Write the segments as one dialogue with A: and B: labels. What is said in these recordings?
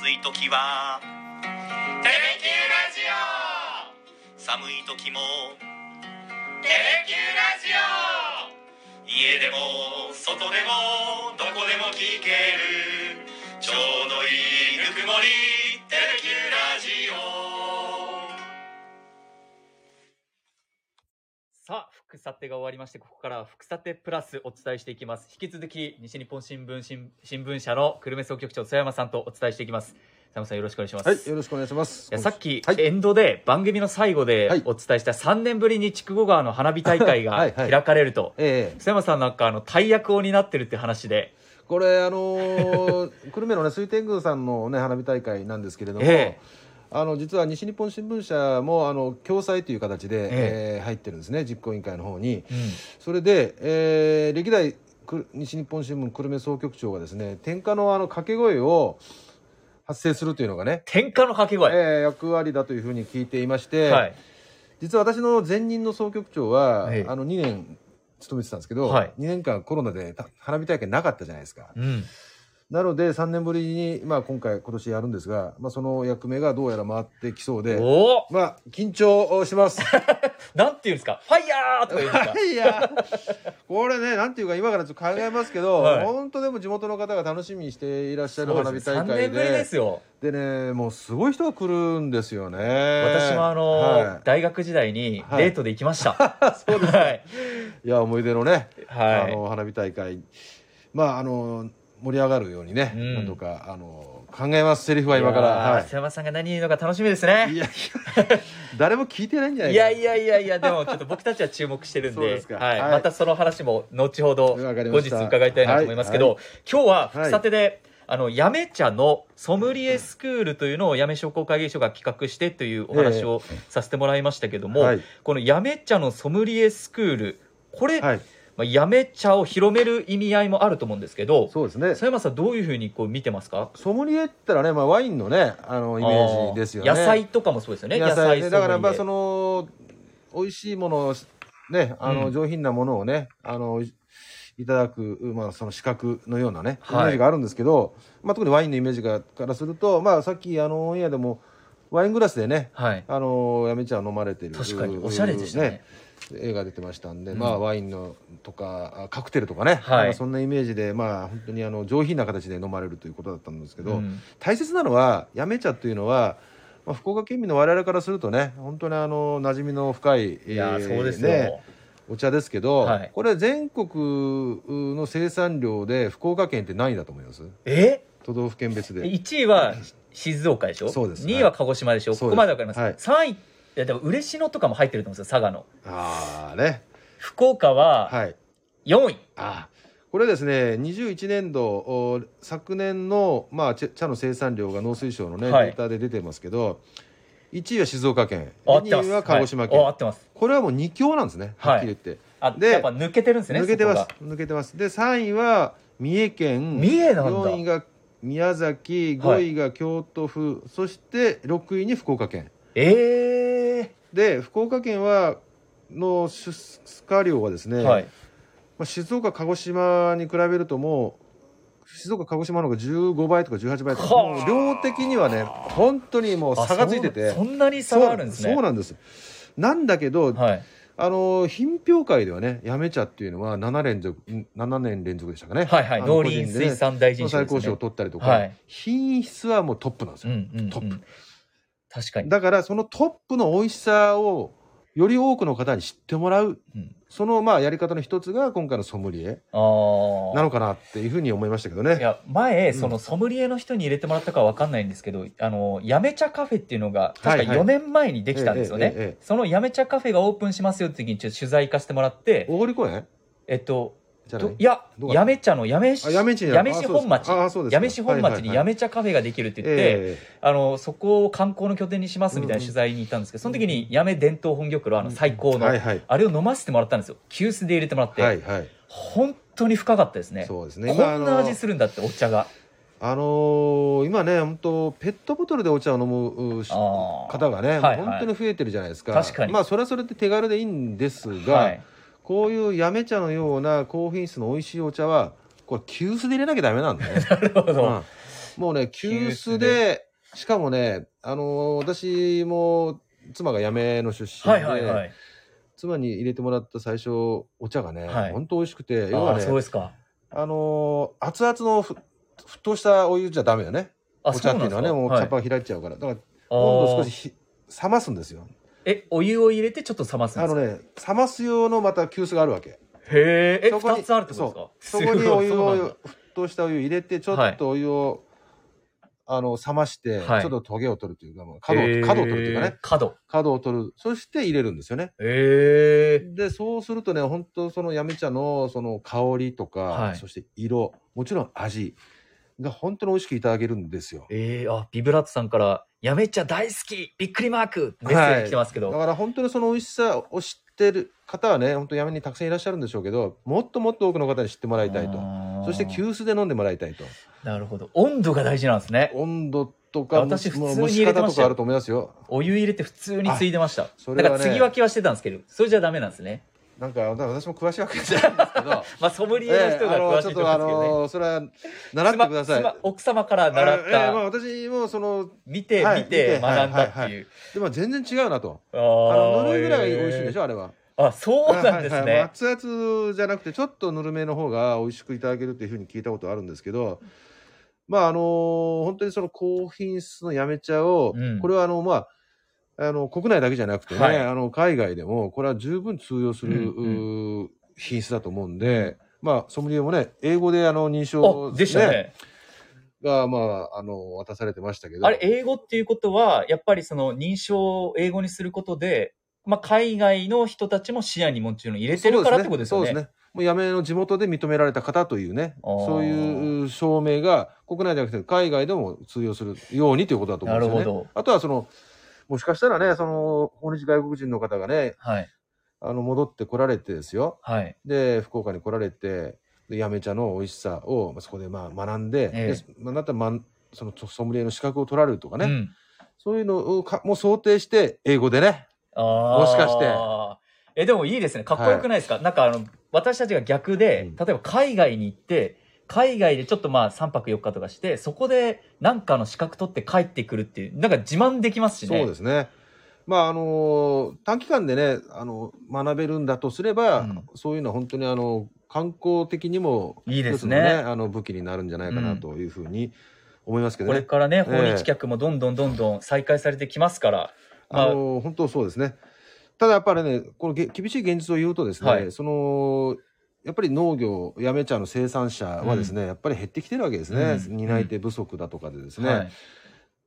A: 暑い時は
B: テレキューラジオ
A: 寒い時も
B: テレキューラジオ
A: 家でも外でもどこでも聞けるちょうどいいぬくもりテレキューラジオ
C: さあ、副査定が終わりまして、ここからは副査定プラスお伝えしていきます。引き続き、西日本新聞新新聞社の久留米総局長、津山さんとお伝えしていきます。佐山さん、よろしくお願いします。
D: はい、よろしくお願いします。
C: いやさっき、
D: はい
C: エンドで番組の最後
D: は
C: で
D: い
C: お伝えした3年ぶりに筑後川の花火大会
D: は
C: が
D: いはい
C: 開かれると、
D: ええ
C: 津山さんなんかあの大役を担ってるって話で、
D: これあのー 久留米のね水天宮さんのね花火大会なんですけれども、
C: ええ
D: あの実は西日本新聞社もあの共催という形で、え
C: え
D: え入ってるんですね実行委員会の方に、
C: ん
D: それで、ええ歴代く西日本新聞久留米総局長がですね天下のあの掛け声を発生するというのがね、
C: 天下の掛け声、
D: ええ役割だというふうに聞いていまして、
C: はい、
D: 実は私の前任の総局長は、
C: ええ
D: あの2年勤めてたんですけど、
C: はい
D: 2年間コロナでた花火大会なかったじゃないですか。
C: うん、
D: なので3年ぶりに、まあ、今回今年やるんですが、まあ、その役目がどうやら回ってきそうで、
C: おお
D: まあ、緊張します。
C: なんていうんですかファイヤー とか言うんです か
D: いや、これね、なんていうか今からちょっと考えますけど、
C: はい
D: 本当でも地元の方が楽しみにしていらっしゃる
C: そう
D: 花
C: で
D: 火
C: すね
D: 大
C: 3年
D: 会
C: ぶりで。
D: です
C: よ
D: でね、もうすごい人が来るんですよね。
C: 私もあの
D: は
C: 大学時代に
D: はい
C: デートで行きまし た、そうですはい、
D: い、いや、思い出のね、
C: はい
D: あの花火大会、まあ、あの盛り上がるようにね、
C: うん
D: なんとかあの考えます、セリフは今から。
C: いやー
D: は
C: 瀬山さんが何言うのか楽しみですね
D: い、いや、いや誰も聞いてないんじゃない
C: い
D: かな
C: やいやいやいやでもちょっと僕たちは注目してるんで
D: そうですか
C: はい
D: はい
C: またその話も後ほど
D: わかり
C: 後
D: ま
C: 日
D: した
C: 伺いたいなと思いますけど、
D: は
C: 今日は
D: はい
C: 喫茶手で、あの八女茶のソムリエスクールというのを八女商工会議所が企画してというお話をさせてもらいましたけども、
D: はい
C: この八女茶のソムリエスクールこれ、
D: はい、
C: まあ、八女茶を広める意味合いもあると思うんですけど
D: そうですね。
C: 佐山さんどういうふうにこう見てますか
D: ソムリエって言ったらね、まあ、ワインのね、あのイメージですよね。
C: あー野菜とかもそうですよね
D: 野菜ねだから、まあ、そ
C: の
D: の、美味しいものを、ね、あ
C: う
D: の、
C: ん
D: 上品なものをね、あの、いいただく、まあ、その資格のようなね、イメ
C: はい
D: ージがあるんですけど、まあ、特にワインのイメージがからすると、まあ、さっき、あの、オンエアでも、ワイングラスでね、
C: はい
D: あの、やめちゃん飲まれてる。
C: 確かにおしゃれでしたね。
D: 映画出てましたんで、
C: うん
D: まあワインのとかあカクテルとかね、
C: はい
D: まあそんなイメージでまあ本当にあの上品な形で飲まれるということだったんですけど、
C: うん
D: 大切なのはやめ茶っていうのは、まあ、福岡県民の我々からするとね本当にあの馴染みの深い
C: いやー
D: えー
C: そうですよ、
D: ねお茶ですけど、
C: はい
D: これ全国の生産量で福岡県って何位だと思います
C: え
D: 都道府県別で。
C: 1位は静岡でしょ
D: そうです
C: 2位は鹿児島でしょ
D: はい
C: ここまでわかります、
D: そうで
C: 3位いやでも嬉野とかも入ってると思うんですよ佐賀の
D: ああね。
C: 福岡は
D: はい。
C: 4位、
D: あこれですね21年度お昨年の、まあ、チェ茶の生産量が農水省の、ね
C: はい
D: データで出てますけど1位は静岡県
C: あ合ってま
D: 2
C: す
D: 位は鹿児島県、
C: はいあ合ってます
D: これはもう2強なんですね
C: はい
D: はっきり言って、
C: あ
D: で
C: やっぱ抜けてるんですね
D: 抜けてま
C: そ
D: す
C: こ
D: 抜けてますで3位は三重県
C: 三重なんだ
D: 4位が宮崎5位が京都府、そして6位に福岡県
C: がええ
D: で福岡県はの出荷量はですね、
C: はい
D: まあ、静岡、鹿児島に比べるともう、静岡、鹿児島の方が15倍とか18倍とか、
C: はあ
D: もう量的にはね、本当にもう
C: あ
D: 差がついてて、
C: そんそんなに差があるんですね
D: そうそうなんです。なんだけど、
C: はい
D: あの品評会ではね、やめ茶っていうのは7連続、7年連続でしたかね。
C: はいはい
D: あの
C: 農
D: 個
C: 林
D: 人でね
C: 水産大臣賞
D: 最
C: です
D: 高賞
C: ね
D: を取ったりとか、
C: はい
D: 品質はもうトップなんです
C: うん
D: よ。
C: うんうん
D: トップ
C: 確かに、
D: だからそのトップの美味しさをより多くの方に知ってもらう、
C: うん、
D: そのまあやり方の一つが今回のソムリエ
C: ああ
D: なのかなっていうふうに思いましたけどね。
C: いや前、
D: うん
C: そのソムリエの人に入れてもらったかわかんないんですけどあのやめ茶カフェっていうのが確か
D: はいはい
C: 4年前にできたんですよね、
D: ええええええ
C: そのやめ茶カフェがオープンしますよって時にちょっと取材行かせてもらって
D: 大堀公園
C: えっと
D: じゃな
C: ど
D: い
C: いや
D: どこだ
C: やめ茶のやめし
D: あやめ茶じゃな
C: や
D: い
C: めし本町
D: あそうですあそうですか
C: やめし本町に
D: はいはいはい
C: やめ茶カフェができるって言って、
D: え
C: あのそこを観光の拠点にしますみたいな取材に行ったんですけどその時にやめ伝統本玉露あの最
D: え
C: 高の、
D: はいはい
C: あれを飲ませてもらったんですよ急須で入れてもらって、
D: はいはい
C: 本当に深かったですね
D: そうですね今
C: こ
D: あ
C: ん
D: の
C: な味するんだってお茶が
D: あのー今ね本当ペットボトルでお茶を飲むうし
C: あー
D: 方がね、
C: はいはい
D: 本当に増えてるじゃないですか
C: 確かに
D: まあそれはそれで手軽でいいんですが、
C: はい
D: こういうやめ茶のような高品質の美味しいお茶はこれ急須で入れなきゃダメなんだね
C: なるほど、
D: うんもうね、急須で、しかもね、あのー私も妻が八女の出身
C: は
D: で、
C: いはいはい。
D: 妻に入れてもらった最初、お茶がね、
C: はい
D: ほんと美味しくて、要
C: あ
D: は
C: あ、
D: ね
C: そう、ですか。
D: あのー熱々のふ沸騰したお湯じゃダメよね。
C: あ、
D: お茶っていうのはね、
C: そ
D: もう
C: なん
D: 茶
C: ですか
D: 葉が開いちゃうから。だから、
C: はい
D: 温度
C: あ
D: を少
C: ー
D: しひ冷ますんですよ。
C: え、お湯を入れてちょっと冷ますん
D: あ
C: です
D: の
C: か
D: ね、冷ます用のまた急須があるわ け。
C: へえ、え、
D: そこに
C: 二つあるってことです
D: そ
C: か
D: こにお湯を、
C: すごいそうなん
D: 沸騰したお湯入れて、ちょ
C: は
D: っ
C: い
D: とお湯を、あの、冷まして、
C: はい
D: ちょっとトゲを取るというか、もう
C: だ
D: 角を、
C: へー
D: 角を取るというかね、
C: 角。
D: 角を取る。そして入れるんですよね。
C: へえ。
D: で、そうするとね、本当そのやめ茶のその香りとか、
C: はい
D: そして色、もちろん味が本当に美味しくいただけるんですよ。
C: えー、あ、ビブラートさんから、やめちゃ大好きびっくりマークメッセージ来てますけど。
D: だから本当にその美味しさを知ってる方はね、本当やめにたくさんいらっしゃるんでしょうけど、もっともっと多くの方に知ってもらいたいと。
C: あー
D: そして急須で飲んでもらいたいと。
C: なるほど。温度が大事なんですね。
D: 温度とか、
C: 私
D: もう蒸
C: 普通に
D: し
C: 入れて
D: 方
C: ま
D: と
C: したよ
D: かあると思いますよ。
C: お湯入れて普通についでました。
D: そ
C: だ
D: れ
C: か
D: はね
C: ら継ぎ分けはしてたんですけど、それじゃダメなんですね。
D: なんか、だから私も詳しいわけじゃないんですけど
C: まあ、ソムリエの
D: え
C: 人
D: え、あ
C: が詳
D: の、
C: し
D: ちょ
C: い
D: っ
C: と思
D: と
C: い
D: あ
C: ますけどね。
D: の、それは習ってください。
C: 妻妻奥様から習
D: あ
C: っ
D: ええまあ
C: た、
D: 私もその、
C: 見て、
D: はい
C: 見て、
D: 見てはい
C: 学んだって
D: はい
C: いう。
D: でも全然違うなと。
C: あ
D: あ
C: ー
D: の、ぬるいぐらい美味しいんでしょ、あれは。
C: あ、そうなんです
D: はいはいはい
C: ね。
D: 熱々じゃなくてちょっとぬるめの方が美味しくいただけるっていうふうに聞いたことあるんですけどまああの本当にその高品質のやめ茶を、
C: うん
D: これはあのまああの国内だけじゃなくてね、
C: はい
D: あの海外でもこれは十分通用する、
C: うん
D: うー品質だと思うんで、まあソムリエもね英語であの認証
C: あ、でしたね。
D: がまああの渡されてましたけど
C: あれ、英語っていうことは、やっぱりその認証を英語にすることで、まあ、海外の人たちも視野にもちろん入れてるからってことですよね。
D: そうですね。もうやめの地元で認められた方というね、
C: あー
D: そういう証明が国内じゃなくて海外でも通用するようにということだと思うんですよね。
C: なるほど
D: あとはその、もしかしたらね、その、訪日外国人の方がね、
C: はい。
D: あの、戻ってこられてですよ。
C: はい。
D: で、福岡に来られて、でやめ茶の美味しさをまあそこでまあ学んで、
C: ええ
D: でまあなったらまんそのソムリエの資格を取られるとかね、
C: うん。
D: そういうのをかも想定して英語でね、
C: あー
D: もしかして。
C: え、でもいいですね。かっこよくないですか、なんかあの、私たちが逆で
D: う、ん
C: 例えば海外に行って、海外でちょっとまあ3泊4日とかして、そこでなんかの資格取って帰ってくるっていう、なんか自慢できますしね。
D: そうですね。まああの短期間でねあの学べるんだとすれば、
C: うん
D: そういうのは本当にあの観光的にも
C: いいですね
D: 一つのあの武器になるんじゃないかなというふうに思いますけど
C: こ
D: ね。
C: れからね、訪
D: ええ
C: 日客もどんどんどんどん再開されてきますから。ま
D: あの本当そうですね。ただやっぱりねこのげ厳しい現実を言うとですね、
C: はい
D: そのやっぱり農業やめ茶の生産者はですね、やっぱり減ってきてるわけですね、
C: うん
D: 担い手不足だとかでですね、
C: はい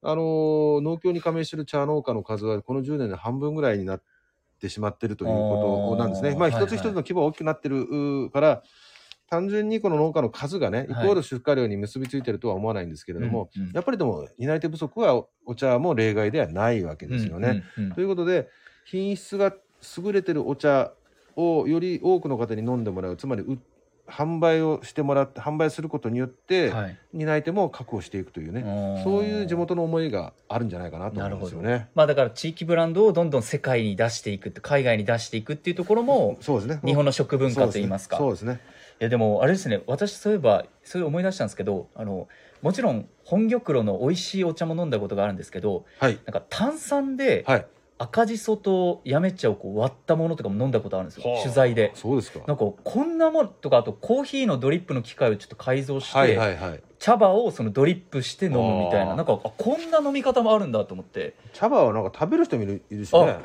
D: あの農協に加盟している茶農家の数はこの10年で半分ぐらいになってしまっているということなんです
C: あ
D: ね。
C: ー
D: まあ、
C: はいはい
D: 一つ一つの規模は大きくなってるうーから、単純にこの農家の数がね、イコール出荷量に結びついてるとは思わないんですけれども、
C: うんうん
D: やっぱりでも担い手不足はおお茶も例外ではないわけですよね。
C: うんうんうん
D: ということで品質が優れてるお茶をより多くの方に飲んでもらうつまりう販売をしてもらって販売することによって、
C: はい
D: 担い手も確保していくというね。そういう地元の思いがあるんじゃないかなと思うんですよね。
C: まあだから地域ブランドをどんどん世界に出していくって海外に出していくっていうところも
D: そうですね。
C: 日本
D: の
C: の食文化といいますか
D: そうですね。
C: いやでもあれですね私そういえばそれ思い出したんですけどあのもちろん本玉露の美味しいお茶も飲んだことがあるんですけど
D: そうですね
C: なんか炭酸で
D: はい。はい。
C: 赤じそとやめ茶をこう割ったものとかも飲んだことあるんですよ
A: はあ
C: 取材で
D: そうですか。
C: なんかこんなものとかあとコーヒーのドリップの機械をちょっと改造して、
D: はいはいはい。
C: 茶葉をそのドリップして飲むみたい
D: あ
C: な
D: ー
C: なんかあこんな飲み方もあるんだと思って
D: 茶葉はなんか食べる人もいるいるしね。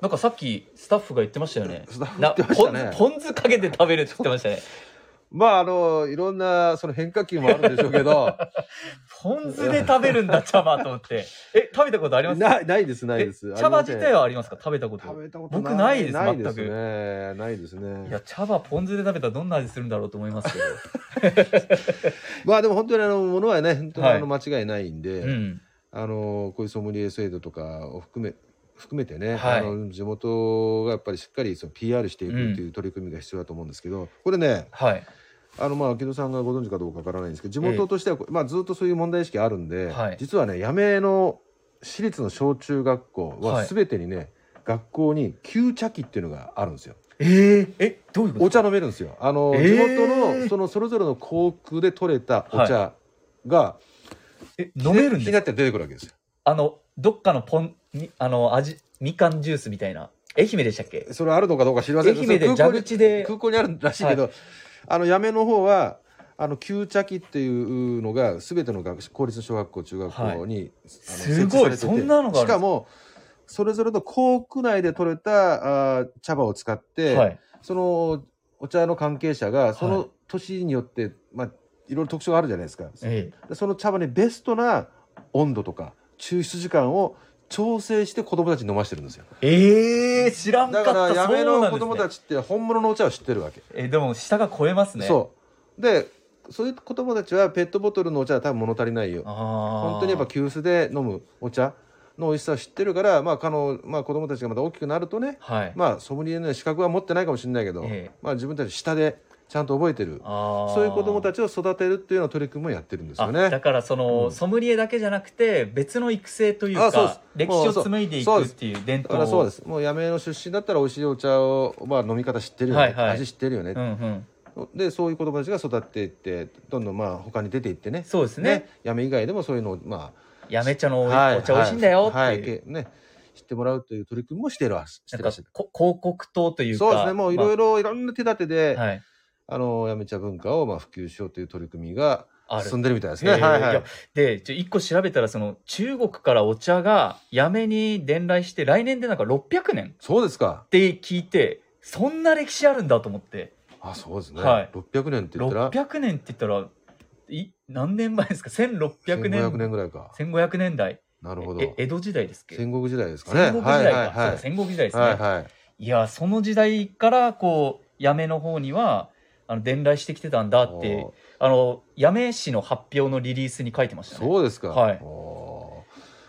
C: なんかさっきスタッフが言ってましたよね
D: スタッフ
C: な
D: 言ってましたね
C: ポンポン酢かけて食べるって言ってましたね
D: まああのいろんなその変化球もあるんでしょうけ ど、
C: ポン酢で食べるんだ茶葉と思ってえ食べたことあります
D: ないないですない
C: え
D: です。
C: 茶葉自体
D: は
C: はありますか食べたこと
D: 食べたこと
C: 僕ないです
D: ない
C: 全
D: です
C: く
D: ね。ないですね
C: い。や茶葉ポン酢で食べたらどんな味するんだろうと思いますけど
D: まあでも本当にあのものはね本当にあの
C: は
D: 間違いないんで。
C: うん
D: あのこういうソムリエ制度とかを含め含めてね、
C: はい
D: あの地元がやっぱりしっかりその PR していく
C: うん
D: っていう取り組みが必要だと思うんですけど、これね
C: はい
D: あのまあ木戸さんがご存知かどうかわからないんですけど地
C: ええ
D: 元としては、まあ、ずっとそういう問題意識あるんで、
C: はい
D: 実はね八女の私立の小中学校
C: は
D: はい全てにね、学校に給茶器っていうのがあるんですよ
C: えー、えどういうこと
D: お茶飲めるんですよあの、
C: ええ
D: 地元のそのそれぞれの校区で取れたお茶が、
C: え飲めるん
D: 気に
C: ですか
D: なって出てくるわけですよ。
C: あのどっかのポンにあの味みかんジュースみたいな愛媛でしたっけ
D: それあるのかどうか知りません
C: 愛
D: けど
C: 媛で
D: その空港
C: 蛇
D: に
C: 口で
D: 空港にあるらしいけど、あの八女の方はあの旧茶器っていうのが全ての学校公立の小学校中学校に、あの設
C: すごい
D: 置されてて
C: そんなのがあるんです
D: しかもそれぞれの校区内で採れたあー茶葉を使って、
C: はい
D: そのお茶の関係者がそ
C: は
D: の年によって、まあいろいろ特徴があるじゃないですか、
C: え
D: でその茶葉にベストな温度とか抽出時間を調整して子供たちに飲ましてるんですよ
C: えええ知らん
D: だ
C: かっ
D: から
C: た
D: やめ
C: そうな
D: の子
C: んです
D: 供
C: ね
D: たちって本物のお茶を知ってるわけ、
C: えでも下が超えますね
D: そうでそういう子供たちはペットボトルのお茶は多分物足りないよ
C: 本
D: 本当にやっぱ急須で飲むお茶の美味しさを知ってるから、まあ、可能まあ子供たちがまた大きくなるとね、
C: はい、
D: まあ、ソムリエの資格は持ってないかもしれないけど、
C: ええ
D: まあ、自分たち下でちゃんと覚えてる
C: あー
D: そういう子供たちを育てるっていうような取り組みもやってるんですよ
C: あだ
D: ね。
C: からその、
D: うん
C: ソムリエだけじゃなくて別の育成という
D: あそうです
C: か歴
D: も
C: 史
D: う
C: を
D: そう
C: 紡いでい
D: そう
C: くっ
D: です
C: ていう伝
D: だか
C: 統を
D: らそうですもう八女の出身だったら美味しいお茶を、まあ、飲み方知ってるよね、
C: はいはい
D: 味知ってるよね、
C: うんうん、
D: でそういう子供たちが育っていってどんどんまあ他に出ていってね
C: そうですね
D: ねやめ以外でもそういうのをま
C: やめ茶の
D: あ、
C: お,、
D: はい、
C: 茶美味しいんだよっていう、
D: はいはいけね、知ってもらうという取り組みもしてるわして
C: なん
D: ら
C: か
D: っしゃる
C: こ広告塔というか
D: そうですねもういろい
C: ろ
D: ろいろんな手立てで、
C: はい、
D: あのやめ茶文化をまあ普及しようという取り組みが
C: ある
D: 進んでるみたいですね、
C: へー
D: はいはい
C: やでちょ一個調べたらその中国からお茶がやめに伝来して来年でなんか600年
D: そうですか
C: って聞いてそんな歴史あるんだと思って
D: あそうですね、
C: はい
D: 600年って言ったら
C: 600年って言ったらい何年前ですか1600年
D: 1500年ぐらいか
C: 1500年代
D: なるほど
C: え江戸時代ですっけ
D: 戦国時代ですかね
C: 戦国時代
D: はいはい
C: か、そう
D: は
C: か
D: い
C: 戦国時代ですね、
D: はい
C: い
D: はい
C: やその時代からこう八女の方にはあの伝来してきてたんだって
D: おー
C: あの八女市の発表のリリースに書いてましたね
D: そうですか、
C: はい
D: おー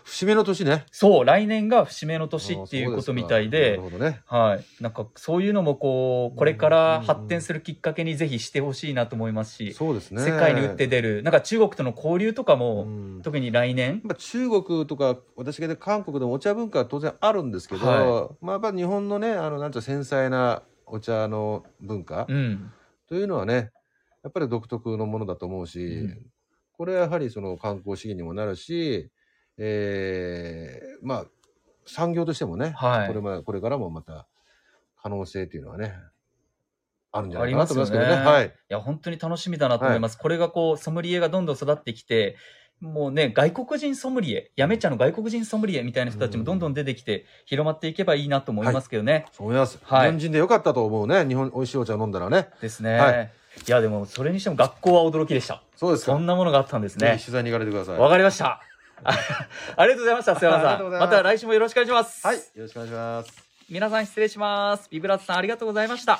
D: 節目の年ね
C: そう来年が節目の年っていうことみたいで
D: あーそうすかなるほどね。
C: はい、なんかそういうのもこうこれから発展するきっかけにぜひしてほしいなと思いますし、
D: そうですね。
C: 世界に打って出るなんか中国との交流とか
D: う
C: も、
D: ん
C: 特に来年
D: やっぱ中国とか私がね韓国でもお茶文化は当然あるんですけど、
C: は
D: まあやっぱ日本のねあのなんちゃ繊細なお茶の文化
C: うん
D: というのはねやっぱり独特のものだと思うし、
C: うん
D: これはやはりその観光資源にもなるし、えーまあ産業としてもね、
C: はい
D: これまこれからもまた可能性というのはねあるんじゃないかなと思いますけどね。
C: ありますよね
D: はい
C: いや本当に楽しみだなと思います、これがこうソムリエがどんどん育ってきてもうね外国人ソムリエやめちゃの外国人ソムリエみたいな人たちもどんどん出てきて広まっていけばいいなと思いますけどね、
D: そう思います、
C: はい
D: 日本人でよかったと思うね日本美味しいお茶飲んだらね
C: ですね、、
D: はい
C: やでもそれにしても学校は驚きでした
D: そうですか
C: そんなものがあったんです
D: ぜ
C: ね
D: ひ取材に行かれてください
C: わかりました。 あありがとうござい ました、須山
D: あり
C: さ。
D: がとうんござい
C: ま
D: ます
C: た来週もよろしくお願いします。
D: はい。よろしくお願いします
C: 皆さん失礼します。ビブラッツさんありがとうございました。